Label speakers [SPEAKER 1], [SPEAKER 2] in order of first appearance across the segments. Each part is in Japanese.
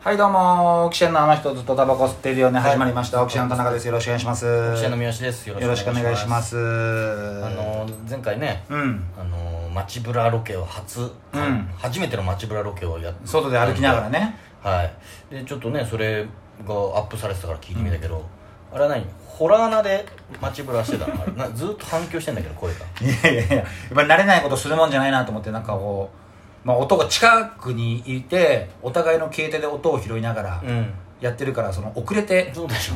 [SPEAKER 1] はいどうもオキシエンのあの人ずっとタバコ吸っているよね、
[SPEAKER 2] はい
[SPEAKER 1] 始まりましたオキシエンの田中ですよろしくお願いします
[SPEAKER 2] 記者の三好ですよ
[SPEAKER 1] よろしくお願いしますす
[SPEAKER 2] あのー前回ね、
[SPEAKER 1] うん
[SPEAKER 2] あのー街ブラロケを初、
[SPEAKER 1] うん
[SPEAKER 2] 初めての街ブラロケをやっ
[SPEAKER 1] 外で歩きながらね
[SPEAKER 2] はいでちょっとねそれがアップされてたから聞いてみたけど、あれは何ホラー穴で街ブラしてたのあれなずっと反響してんだけど声が
[SPEAKER 1] いやいやいややっぱり慣れないことするもんじゃないなと思ってなんかこう、まあ、音が近くにいてお互いの携帯で音を拾いながら
[SPEAKER 2] うん
[SPEAKER 1] やってるからその遅れて
[SPEAKER 2] そうでしょ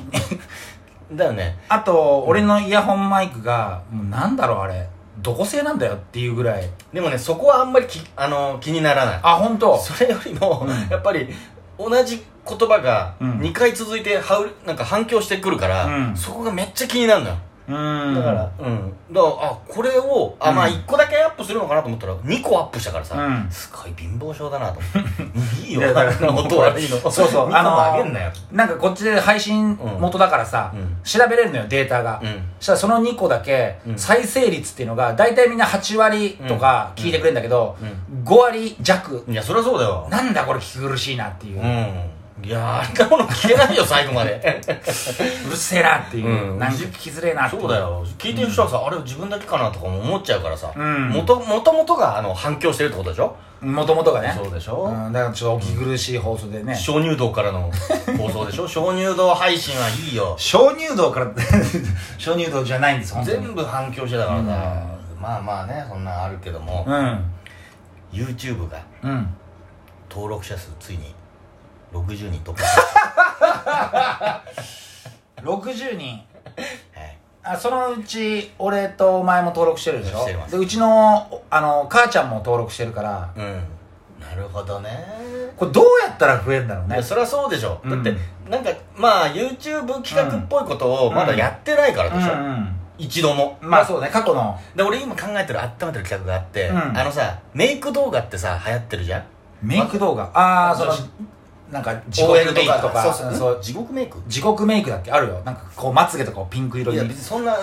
[SPEAKER 2] だよね
[SPEAKER 1] あと俺のイヤホンマイクがもうなんだろうあれどこ製なんだよっていうぐらい
[SPEAKER 2] でもねそこはあんまりき、あのー気にならない
[SPEAKER 1] あ本当
[SPEAKER 2] それよりも、
[SPEAKER 1] うん
[SPEAKER 2] やっぱり同じ言葉が
[SPEAKER 1] うん
[SPEAKER 2] 2回続いてはうなんか反響してくるから、
[SPEAKER 1] うん
[SPEAKER 2] そこがめっちゃ気になるのよ
[SPEAKER 1] うん
[SPEAKER 2] だから、うん。だから、あ、これを、あ、
[SPEAKER 1] うん
[SPEAKER 2] まあ、1個だけアップするのかなと思ったら、2個アップしたからさ、
[SPEAKER 1] うん
[SPEAKER 2] すごい貧乏症だなと思 って。いいよ、
[SPEAKER 1] いやだから
[SPEAKER 2] あの音悪い の。
[SPEAKER 1] そうそう
[SPEAKER 2] 2個も
[SPEAKER 1] あのー
[SPEAKER 2] あげんなよ。
[SPEAKER 1] なんかこっちで配信元だからさ、
[SPEAKER 2] うん
[SPEAKER 1] 調べれるのよデータが、
[SPEAKER 2] うん。
[SPEAKER 1] そしたらその2個だけ
[SPEAKER 2] うん
[SPEAKER 1] 再生率っていうのが大体みんな8割とか聞いてくれるんだけど、
[SPEAKER 2] う
[SPEAKER 1] 5割弱
[SPEAKER 2] いや、そりゃそうだよ。
[SPEAKER 1] なんだこれ聞き苦しいなっていう、
[SPEAKER 2] う。
[SPEAKER 1] うん
[SPEAKER 2] いやー、あんなもの聞けな いよ、最後まで。
[SPEAKER 1] るせえなっていう、
[SPEAKER 2] うん
[SPEAKER 1] なんか聞きづれえなってい
[SPEAKER 2] そうだよ。聞いてる人はさ、あれ自分だけかなとかも思っちゃうからさ、
[SPEAKER 1] うん
[SPEAKER 2] もと、もともとが、あの、反響してるってことでしょ
[SPEAKER 1] もともとがね
[SPEAKER 2] そうでし
[SPEAKER 1] う
[SPEAKER 2] ょ
[SPEAKER 1] ん、だからちょっとお聞き苦しい放送でね、
[SPEAKER 2] 鍾乳洞からの放送で しょ鍾乳洞配信はいいよ。
[SPEAKER 1] 鍾乳洞から 鍾乳洞じゃないんです本当に
[SPEAKER 2] 全部反響してたからさ、まあまあねそんなんあるけども、
[SPEAKER 1] うん
[SPEAKER 2] YouTube が
[SPEAKER 1] うん
[SPEAKER 2] 登録者数ついに60人突破、
[SPEAKER 1] 60人
[SPEAKER 2] はい、
[SPEAKER 1] あそのうち俺とお前も登録してるでしょ
[SPEAKER 2] してます
[SPEAKER 1] でうちのあの母ちゃんも登録してるから
[SPEAKER 2] うんなるほどね
[SPEAKER 1] これどうやったら増えるんだろう
[SPEAKER 2] い
[SPEAKER 1] ね
[SPEAKER 2] やそりゃそうでしょ、
[SPEAKER 1] うん
[SPEAKER 2] だってなんかまあ YouTube 企画っぽいことをまだやってないからでしょ、
[SPEAKER 1] う
[SPEAKER 2] 一度も
[SPEAKER 1] んまあそうね過去の
[SPEAKER 2] で俺今考えてる温めてる企画があって、
[SPEAKER 1] うん
[SPEAKER 2] あのさメイク動画ってさ流行ってるじゃん
[SPEAKER 1] メイク動画ああその
[SPEAKER 2] 女子
[SPEAKER 1] なんか地獄メイクと
[SPEAKER 2] OL
[SPEAKER 1] か
[SPEAKER 2] そうそうそ
[SPEAKER 1] そう
[SPEAKER 2] う地獄メイク
[SPEAKER 1] 地獄メイクだっけあるよなんかこうまつげとかをピンク色
[SPEAKER 2] い
[SPEAKER 1] に
[SPEAKER 2] や別にそんな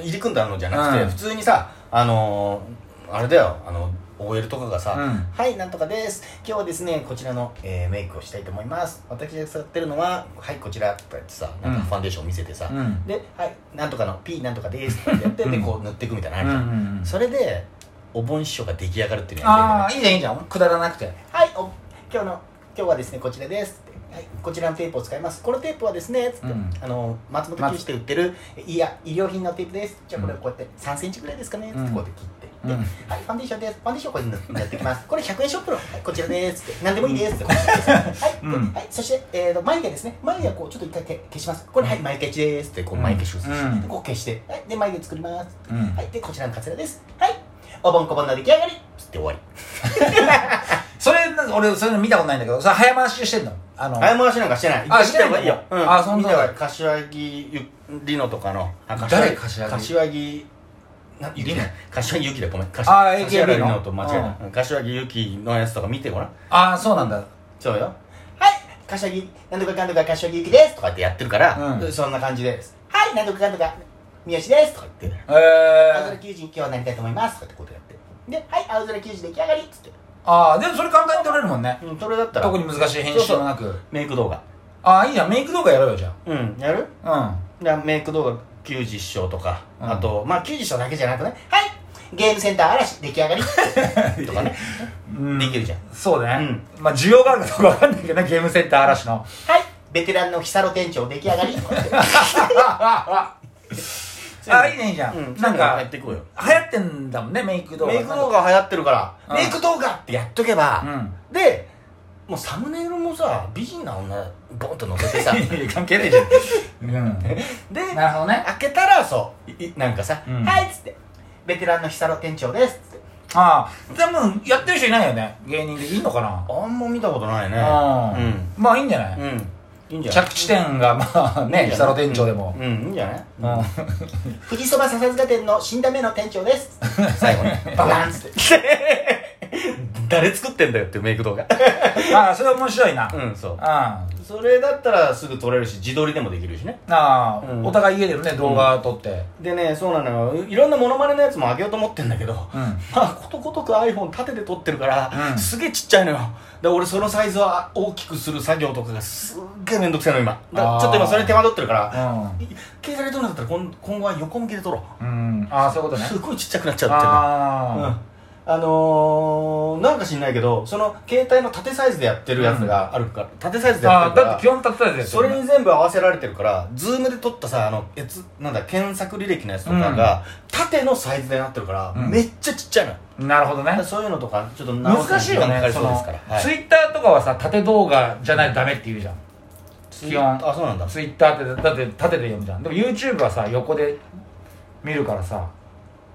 [SPEAKER 2] 入り組んだのじゃなくて、
[SPEAKER 1] うん
[SPEAKER 2] 普通にさあのーあれだよあの OL とかがさ「
[SPEAKER 1] うん
[SPEAKER 2] はいなんとかです今日はですねこちらの、えーメイクをしたいと思います私が使ってるのははいこちら」とか言ってさなんか
[SPEAKER 1] うん
[SPEAKER 2] ファンデーション見せてさ「
[SPEAKER 1] うん
[SPEAKER 2] ではいなんとかの P なんとかです」とかやって
[SPEAKER 1] う
[SPEAKER 2] で
[SPEAKER 1] ん
[SPEAKER 2] こう塗っていくみたいなのあ
[SPEAKER 1] うん
[SPEAKER 2] る
[SPEAKER 1] う
[SPEAKER 2] じゃん、
[SPEAKER 1] ん
[SPEAKER 2] それでお盆師匠が出来上がるっていうの
[SPEAKER 1] あ
[SPEAKER 2] やっ
[SPEAKER 1] あ
[SPEAKER 2] て
[SPEAKER 1] いいじゃんいいじゃんくだらなくて
[SPEAKER 2] るはいお今日の今日はですねこちらですって」はい、こちらのテープを使いますこのテープはですねつって、
[SPEAKER 1] うん
[SPEAKER 2] あの松本九州で売ってるいや医療品のテープですじゃあこれをこうやって3センチぐらいですかねつ
[SPEAKER 1] う
[SPEAKER 2] っ
[SPEAKER 1] ん
[SPEAKER 2] てこうやって切って、
[SPEAKER 1] うん
[SPEAKER 2] ではいファンデーションですファンデーションをこれ塗っていき ますこれ100円ショップの、はい、こちらですって何でもいいですってこうやってはい、
[SPEAKER 1] うん
[SPEAKER 2] はい、そして、えー、と眉毛ですね眉毛はこうちょっと一回け消しますこれはい眉毛消しですってこう眉毛修正して、
[SPEAKER 1] うん
[SPEAKER 2] でこう消して、はい、で眉毛作ります
[SPEAKER 1] うん
[SPEAKER 2] はいでこちらのカツラですはいおぼんこぼんの出来上がりつって終わり
[SPEAKER 1] それなんか俺そういうの見たことないんだけどそれ早回ししてんのあの
[SPEAKER 2] 早回しなんかしてない
[SPEAKER 1] あしてないの
[SPEAKER 2] いいよ、う
[SPEAKER 1] あそんな
[SPEAKER 2] 見たわ柏木ゆりのとかのあ柏木
[SPEAKER 1] 誰柏木
[SPEAKER 2] 柏木なゆき
[SPEAKER 1] りの
[SPEAKER 2] ね柏木ゆきだよごめん
[SPEAKER 1] あー AKB の
[SPEAKER 2] 柏木りのと間違えた、うん柏木ゆきのやつとか見てごらん
[SPEAKER 1] ああそうなんだ
[SPEAKER 2] そうよはい柏木なんとかかんとか柏木ゆきですとかってやってるから、
[SPEAKER 1] うん
[SPEAKER 2] そんな感じですはいなんとかかんとか三好ですとか言って
[SPEAKER 1] え
[SPEAKER 2] 青空
[SPEAKER 1] え
[SPEAKER 2] 球児に今日はなりたいと思いますとかってことやってではい青空球児出来上がりっつって、
[SPEAKER 1] ああでもそれ簡単に撮れるもんね
[SPEAKER 2] うん、それだったら
[SPEAKER 1] 特に難しい編集もなく
[SPEAKER 2] メイク動画
[SPEAKER 1] ああいいじゃんメイク動画やろうよじゃ
[SPEAKER 2] うんやる
[SPEAKER 1] あ
[SPEAKER 2] でメイク動画球児師匠とか、
[SPEAKER 1] うん
[SPEAKER 2] あとまあ球児師匠だけじゃなくねはいゲームセンター嵐出来上がり とかね
[SPEAKER 1] うん、
[SPEAKER 2] できるじゃん
[SPEAKER 1] そうだね、まあ需要があるかどうかわかんないけどねゲームセンター嵐の
[SPEAKER 2] はいベテランの久野店長出来 上がりとかって
[SPEAKER 1] ああいいねいいじゃん、
[SPEAKER 2] うん
[SPEAKER 1] なん
[SPEAKER 2] や
[SPEAKER 1] か
[SPEAKER 2] っていこうよ
[SPEAKER 1] 流行ってんだもんねメイク動画
[SPEAKER 2] メイク動画流行ってるから、
[SPEAKER 1] うん
[SPEAKER 2] メイク動画ってやっとけば、
[SPEAKER 1] うん
[SPEAKER 2] でもうサムネイルもさ美人な女ボンと載せて さ
[SPEAKER 1] 関係ねえじゃん、う
[SPEAKER 2] で
[SPEAKER 1] ん、なるほどね
[SPEAKER 2] 開けたらそういいなんかさ「
[SPEAKER 1] うん
[SPEAKER 2] はい」っつって「ベテランの久野店長です」っつって
[SPEAKER 1] ああでもやってる人いないよね芸人でいいのかな、
[SPEAKER 2] あんま見たことないね
[SPEAKER 1] うんまあいいんじゃない、
[SPEAKER 2] うん、うん、いいんじゃない
[SPEAKER 1] 着地点がまあね久野店長でも、
[SPEAKER 2] うん、うんいいんじゃない
[SPEAKER 1] うん
[SPEAKER 2] 富士そ ば笹塚店の死んだ目の店長です最後にババーンっつって 誰作ってんだよっていうメイク動画
[SPEAKER 1] ああそれ面白いなうん
[SPEAKER 2] うんそう
[SPEAKER 1] あ
[SPEAKER 2] それだったらすぐ撮れるし自撮りでもできるしね
[SPEAKER 1] あ、
[SPEAKER 2] うん
[SPEAKER 1] お互い家でもね動画撮って
[SPEAKER 2] でねそうなのよいろんなモノマネのやつも上げようと思ってんだけど、
[SPEAKER 1] うん、
[SPEAKER 2] まあことごとく iPhone 縦で撮ってるから、
[SPEAKER 1] うん
[SPEAKER 2] すげえちっちゃいのよで俺そのサイズは大きくする作業とかがすっげえめんどくさいの今だか
[SPEAKER 1] あ
[SPEAKER 2] ら
[SPEAKER 1] ー
[SPEAKER 2] ちょっと今それ手間取ってるから、
[SPEAKER 1] うん
[SPEAKER 2] 携帯で撮るんだったら今今後は横向きで撮ろ
[SPEAKER 1] うん、ああそういうこ
[SPEAKER 2] う
[SPEAKER 1] とね
[SPEAKER 2] すごいちっちゃくなっちゃってる、うん
[SPEAKER 1] あ
[SPEAKER 2] あのー、なんか知んないけどその携帯の縦サイズでやってるやつがあるから、縦サイズ
[SPEAKER 1] ー
[SPEAKER 2] でや
[SPEAKER 1] あ
[SPEAKER 2] っ
[SPEAKER 1] ー
[SPEAKER 2] てるか
[SPEAKER 1] だ
[SPEAKER 2] ら
[SPEAKER 1] って基本立ってたやつです
[SPEAKER 2] そ
[SPEAKER 1] よね
[SPEAKER 2] れに全部合わせられてるからズームで撮ったさあのやつなんだ検索履歴のやつとかが、縦のサイズでなってるから、
[SPEAKER 1] うん
[SPEAKER 2] めっちゃちっちゃいのよ
[SPEAKER 1] なるほど
[SPEAKER 2] だか
[SPEAKER 1] ね
[SPEAKER 2] らそういうのとかちょっと直すの
[SPEAKER 1] 難しいよ
[SPEAKER 2] 時間かか
[SPEAKER 1] ね
[SPEAKER 2] り
[SPEAKER 1] そ
[SPEAKER 2] そうで
[SPEAKER 1] の
[SPEAKER 2] すから、はい
[SPEAKER 1] ツイッターとかはさ縦動画じゃないとダメって言うじゃん
[SPEAKER 2] ツイ
[SPEAKER 1] 基本
[SPEAKER 2] あそうなんだ
[SPEAKER 1] ツイッターってだって縦で読むじゃんでも YouTube はさ横で見るからさ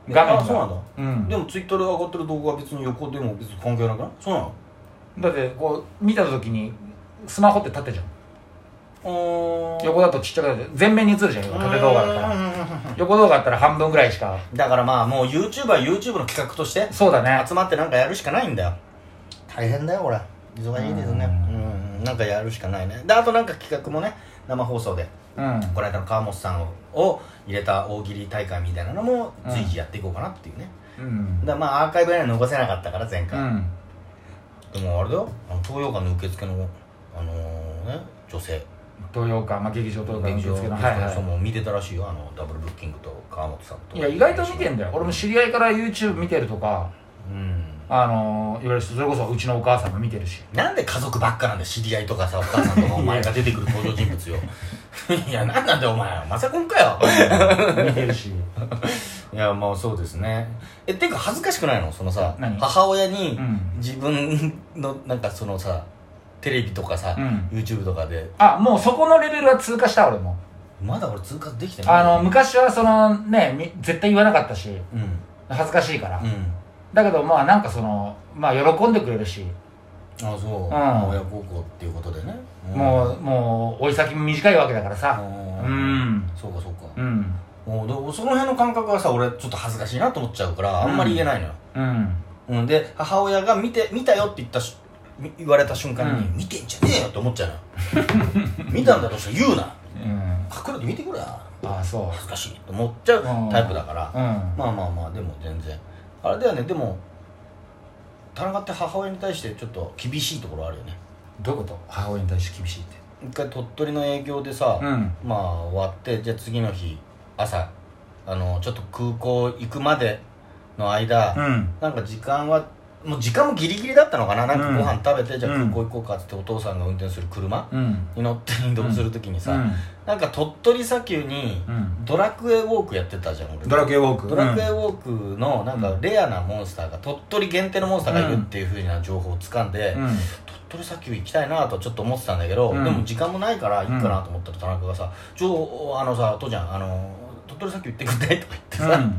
[SPEAKER 1] 画面が
[SPEAKER 2] あそうなんだ
[SPEAKER 1] うん
[SPEAKER 2] でもツイッターで上がってる動画は別に横でも別に関係なくないそうなの
[SPEAKER 1] だってこう見た時にスマホって縦じゃん
[SPEAKER 2] うーん
[SPEAKER 1] 横だとちっちゃくなって全面に映るじゃん今縦動画だった
[SPEAKER 2] う
[SPEAKER 1] ら
[SPEAKER 2] んうんうんうん
[SPEAKER 1] 横動画だったら半分ぐらいしか
[SPEAKER 2] だからまあもう YouTube は YouTube の企画として
[SPEAKER 1] そうだね
[SPEAKER 2] 集まってなんかやるしかないんだよ大変だよ俺忙しいですね
[SPEAKER 1] う
[SPEAKER 2] うん、なんかやるしかないねであとなんか企画もね生放送で
[SPEAKER 1] うん
[SPEAKER 2] この間の川本さんを入れた大喜利大会みたいなのも随時やっていこうかなっていうね、
[SPEAKER 1] うん
[SPEAKER 2] だからまあアーカイブには残せなかったから前
[SPEAKER 1] う
[SPEAKER 2] 回、
[SPEAKER 1] ん
[SPEAKER 2] でもあれだよあの東洋館の受付のあのね女性
[SPEAKER 1] 東洋館、まあ、劇場東洋館
[SPEAKER 2] 劇場
[SPEAKER 1] 受付
[SPEAKER 2] の
[SPEAKER 1] のはいはい
[SPEAKER 2] 人も見てたらしいよあのダブルブッキングと川本さんと
[SPEAKER 1] いや意外と見てんだよ俺も知り合いから YouTube 見てるとか
[SPEAKER 2] うん
[SPEAKER 1] あのーいわゆるそれこそうちのお母さんも見てる し
[SPEAKER 2] なんで家族ばっかなんだよ知り合いとかさお母さんとかお前が出てくる登場人物よ いやなんなんだよお前まさコンかよ
[SPEAKER 1] 見てるし
[SPEAKER 2] いやまあそうですねえっていうか恥ずかしくないのそのさ
[SPEAKER 1] 何
[SPEAKER 2] 母親に
[SPEAKER 1] うん
[SPEAKER 2] 自分のなんかそのさテレビとかさ、
[SPEAKER 1] うん
[SPEAKER 2] YouTube とかで
[SPEAKER 1] あもうそこのレベルは通過した俺も
[SPEAKER 2] まだ俺通過できてない
[SPEAKER 1] あの昔はそのねみ絶対言わなかったし
[SPEAKER 2] うん
[SPEAKER 1] 恥ずかしいから、
[SPEAKER 2] う
[SPEAKER 1] だけどまあなんかそのまあ喜んでくれるし、
[SPEAKER 2] んあそ
[SPEAKER 1] ん
[SPEAKER 2] う、親孝行っていうことでね、ん
[SPEAKER 1] もうもう追い先も短いわけだからさ
[SPEAKER 2] あ
[SPEAKER 1] う
[SPEAKER 2] ー
[SPEAKER 1] ん
[SPEAKER 2] そうかそうか、
[SPEAKER 1] うん
[SPEAKER 2] もうでもその辺の感覚はさ俺ちょっと恥ずかしいなと思っちゃうからあんまり言えないのよ、
[SPEAKER 1] うん
[SPEAKER 2] うん、で母親が見て見たよって言ったしみ言われた瞬間に、
[SPEAKER 1] うん
[SPEAKER 2] 見てんじゃねえよって思っちゃうの よ見たんだとしたら言うな
[SPEAKER 1] うん
[SPEAKER 2] 隠れて見てくれよ
[SPEAKER 1] ああそ
[SPEAKER 2] 恥ずかしいと思っちゃ
[SPEAKER 1] うん
[SPEAKER 2] うタイプだから、
[SPEAKER 1] ううん
[SPEAKER 2] まあまあまあでも全然あれだよねでも田中って母親に対してちょっと厳しいところあるよね
[SPEAKER 1] どういうこと母親に対して厳しいって
[SPEAKER 2] 一回鳥取の営業でさ、
[SPEAKER 1] うん
[SPEAKER 2] まあ終わってじゃあ次の日朝あのちょっと空港行くまでの間、
[SPEAKER 1] うん
[SPEAKER 2] なんか時間はもう時間もギリギリだったのかななんか
[SPEAKER 1] うん
[SPEAKER 2] ご飯食べて、じゃあ
[SPEAKER 1] うん
[SPEAKER 2] 空港行こうかっつってお父さんが運転する車
[SPEAKER 1] うん
[SPEAKER 2] に乗って移動するときにさ、
[SPEAKER 1] うん
[SPEAKER 2] なんか鳥取砂丘に
[SPEAKER 1] うん
[SPEAKER 2] ドラクエウォークやってたじゃん俺
[SPEAKER 1] ドラクエウォーク
[SPEAKER 2] ドラクエウォークのなんかレアなモンスターが鳥取限定のモンスターがいるっていうふうな情報を掴んで、
[SPEAKER 1] うんうん
[SPEAKER 2] 鳥取砂丘行きたいなとちょっと思ってたんだけど、
[SPEAKER 1] うん
[SPEAKER 2] でも時間もないから行くかなと思ったら田中がさ「ちょあのさ父ちゃんあの鳥取砂丘行ってくんない?」とか言ってさ、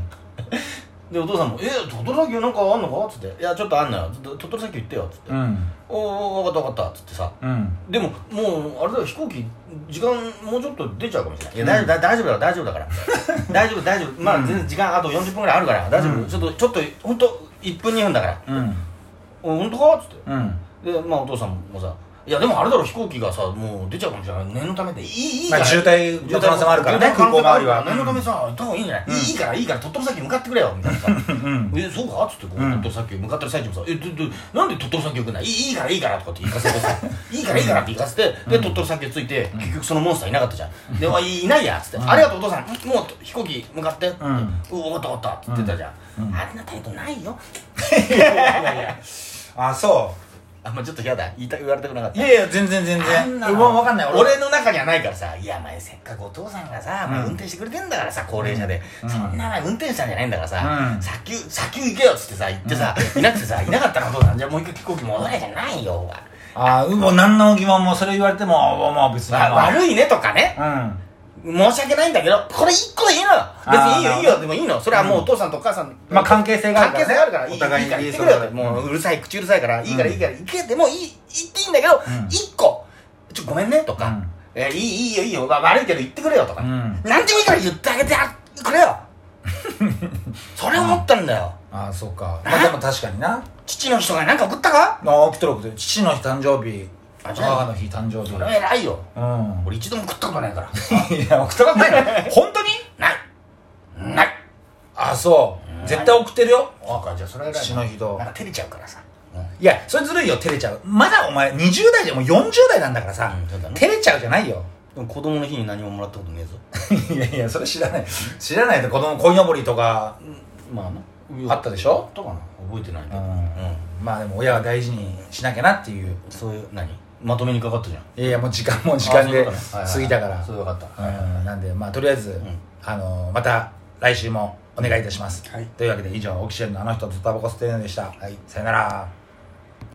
[SPEAKER 2] でお父さんも「え鳥取砂丘なんかあんのか?」っつって「いやちょっとあんのよちょっと鳥取砂丘行ってよ」っつって
[SPEAKER 1] う
[SPEAKER 2] 「
[SPEAKER 1] んうん
[SPEAKER 2] おお分かった分かった」っつってさ
[SPEAKER 1] うん
[SPEAKER 2] でももうあれだよ飛行機時間もうちょっと出ちゃうかもしれないいや
[SPEAKER 1] う
[SPEAKER 2] 大
[SPEAKER 1] ん
[SPEAKER 2] 丈夫、だ大丈夫だから大丈夫だから 大丈夫大丈夫まあ全然時間あと40分ぐらいあるから大丈夫、
[SPEAKER 1] うん
[SPEAKER 2] ちょっとちょっと本当1分2分だから
[SPEAKER 1] うん
[SPEAKER 2] 「お本当か?」っつって
[SPEAKER 1] うん
[SPEAKER 2] でまあお父さんもさ「いやでもあれだろ飛行機がさもう出ちゃうかもしれない念のためでいいいい
[SPEAKER 1] ま
[SPEAKER 2] か
[SPEAKER 1] あ
[SPEAKER 2] ら
[SPEAKER 1] 渋滞の可能性もあるからね
[SPEAKER 2] 渋滞の可能性もあるから
[SPEAKER 1] 空港周りは
[SPEAKER 2] 念のためさ行った方がいいんじゃない、
[SPEAKER 1] うん
[SPEAKER 2] いいからいいから鳥取砂丘向かってくれよ」みたいなさ
[SPEAKER 1] うん
[SPEAKER 2] えそうかっつってこう
[SPEAKER 1] うん
[SPEAKER 2] 鳥取砂丘向かってる最中もさ「えどどなんで鳥取砂丘行くんだいいいいからいいから」とかって行かせて さ「いいからいいから」って行かせてで鳥取砂丘着いて結局そのモンスターいなかったじゃん「でおいいないや」っつって「ありがとうお父さんもう飛行機向かって」って「
[SPEAKER 1] ん
[SPEAKER 2] うん分かった分かった」って言ってたじゃん
[SPEAKER 1] うん
[SPEAKER 2] あんな態度ない よ
[SPEAKER 1] あそ
[SPEAKER 2] あんまちょっと嫌だ言いた言われたくなかっ
[SPEAKER 1] う
[SPEAKER 2] た
[SPEAKER 1] いやいや全然全
[SPEAKER 2] あ
[SPEAKER 1] 然
[SPEAKER 2] んな
[SPEAKER 1] うわ分かんない
[SPEAKER 2] 俺の中にはないからさ「いやお前せっかくお父さんがさ、お前
[SPEAKER 1] うん
[SPEAKER 2] 運転してくれてんだからさ高齢者で、
[SPEAKER 1] うん
[SPEAKER 2] そんなお前運転手さんじゃないんだからさ、
[SPEAKER 1] うん
[SPEAKER 2] 砂丘砂丘行けよ」っつってさ行ってさ、いなくてさいなかったらお父さんじゃあもう一回飛行機戻れじゃないよ、
[SPEAKER 1] あーもう何の疑問もそれ言われてもあーまあ別に
[SPEAKER 2] わ悪いねとかね
[SPEAKER 1] うん
[SPEAKER 2] 申し訳ないんだけどこれ一個でいいのよ別にいい
[SPEAKER 1] あ
[SPEAKER 2] よ
[SPEAKER 1] ー
[SPEAKER 2] いいよでもいいのそれはもうお父さんとお母さん、
[SPEAKER 1] まあ関係性があるからね
[SPEAKER 2] 関係性があるからいい
[SPEAKER 1] お互い
[SPEAKER 2] いい
[SPEAKER 1] に
[SPEAKER 2] から言ってくれよ
[SPEAKER 1] そうだね
[SPEAKER 2] もううるさい口うるさいからいいから
[SPEAKER 1] うん
[SPEAKER 2] いいから行けでもいい行っていいんだけど
[SPEAKER 1] ん
[SPEAKER 2] 一個ちょごめんねと
[SPEAKER 1] う
[SPEAKER 2] か
[SPEAKER 1] ん
[SPEAKER 2] えいいいいよいいよわ悪いけど言ってくれよとか
[SPEAKER 1] うん
[SPEAKER 2] 何でもいいから言ってあげてくれよそれ思ったんだよ
[SPEAKER 1] ああそうかまあでも確かにな
[SPEAKER 2] 父の人が何か送ったか
[SPEAKER 1] あ起きとること父の日誕生日
[SPEAKER 2] あじゃあ
[SPEAKER 1] 母の日誕生日
[SPEAKER 2] それは偉いよ
[SPEAKER 1] うん
[SPEAKER 2] 俺一度も食ったことないから
[SPEAKER 1] いや送ったことないの本当に
[SPEAKER 2] ないない
[SPEAKER 1] あそう絶対送ってるよ
[SPEAKER 2] そうかじゃあそれは偉いな
[SPEAKER 1] 父の日と
[SPEAKER 2] なんか照れちゃうからさ、うん
[SPEAKER 1] いやそれずるいよ照れちゃうまだお前20代でもう40代なんだからさ
[SPEAKER 2] うんそうだね
[SPEAKER 1] 照れちゃうじゃないよ
[SPEAKER 2] でも子供の日に何ももらったことねえぞ
[SPEAKER 1] いやいやそれ知らない知らないで子供鯉のぼりとか
[SPEAKER 2] まあ
[SPEAKER 1] あったでしょ
[SPEAKER 2] あったかな覚えてないけど、
[SPEAKER 1] う
[SPEAKER 2] うんん
[SPEAKER 1] まあでも親は大事にしなきゃなっていう
[SPEAKER 2] そういう何まとめにかかったじゃん
[SPEAKER 1] いやいやもう時間も時間で
[SPEAKER 2] あそういうこ
[SPEAKER 1] 過
[SPEAKER 2] とねはいはいはい
[SPEAKER 1] ぎたから
[SPEAKER 2] そうよかった、
[SPEAKER 1] うんなんでまあとりあえず、
[SPEAKER 2] ん
[SPEAKER 1] あのまた来週もお願いいたします、
[SPEAKER 2] はい
[SPEAKER 1] というわけで以上オキシエンのあの人とタバコ吸ってるのでした、
[SPEAKER 2] はい
[SPEAKER 1] さよなら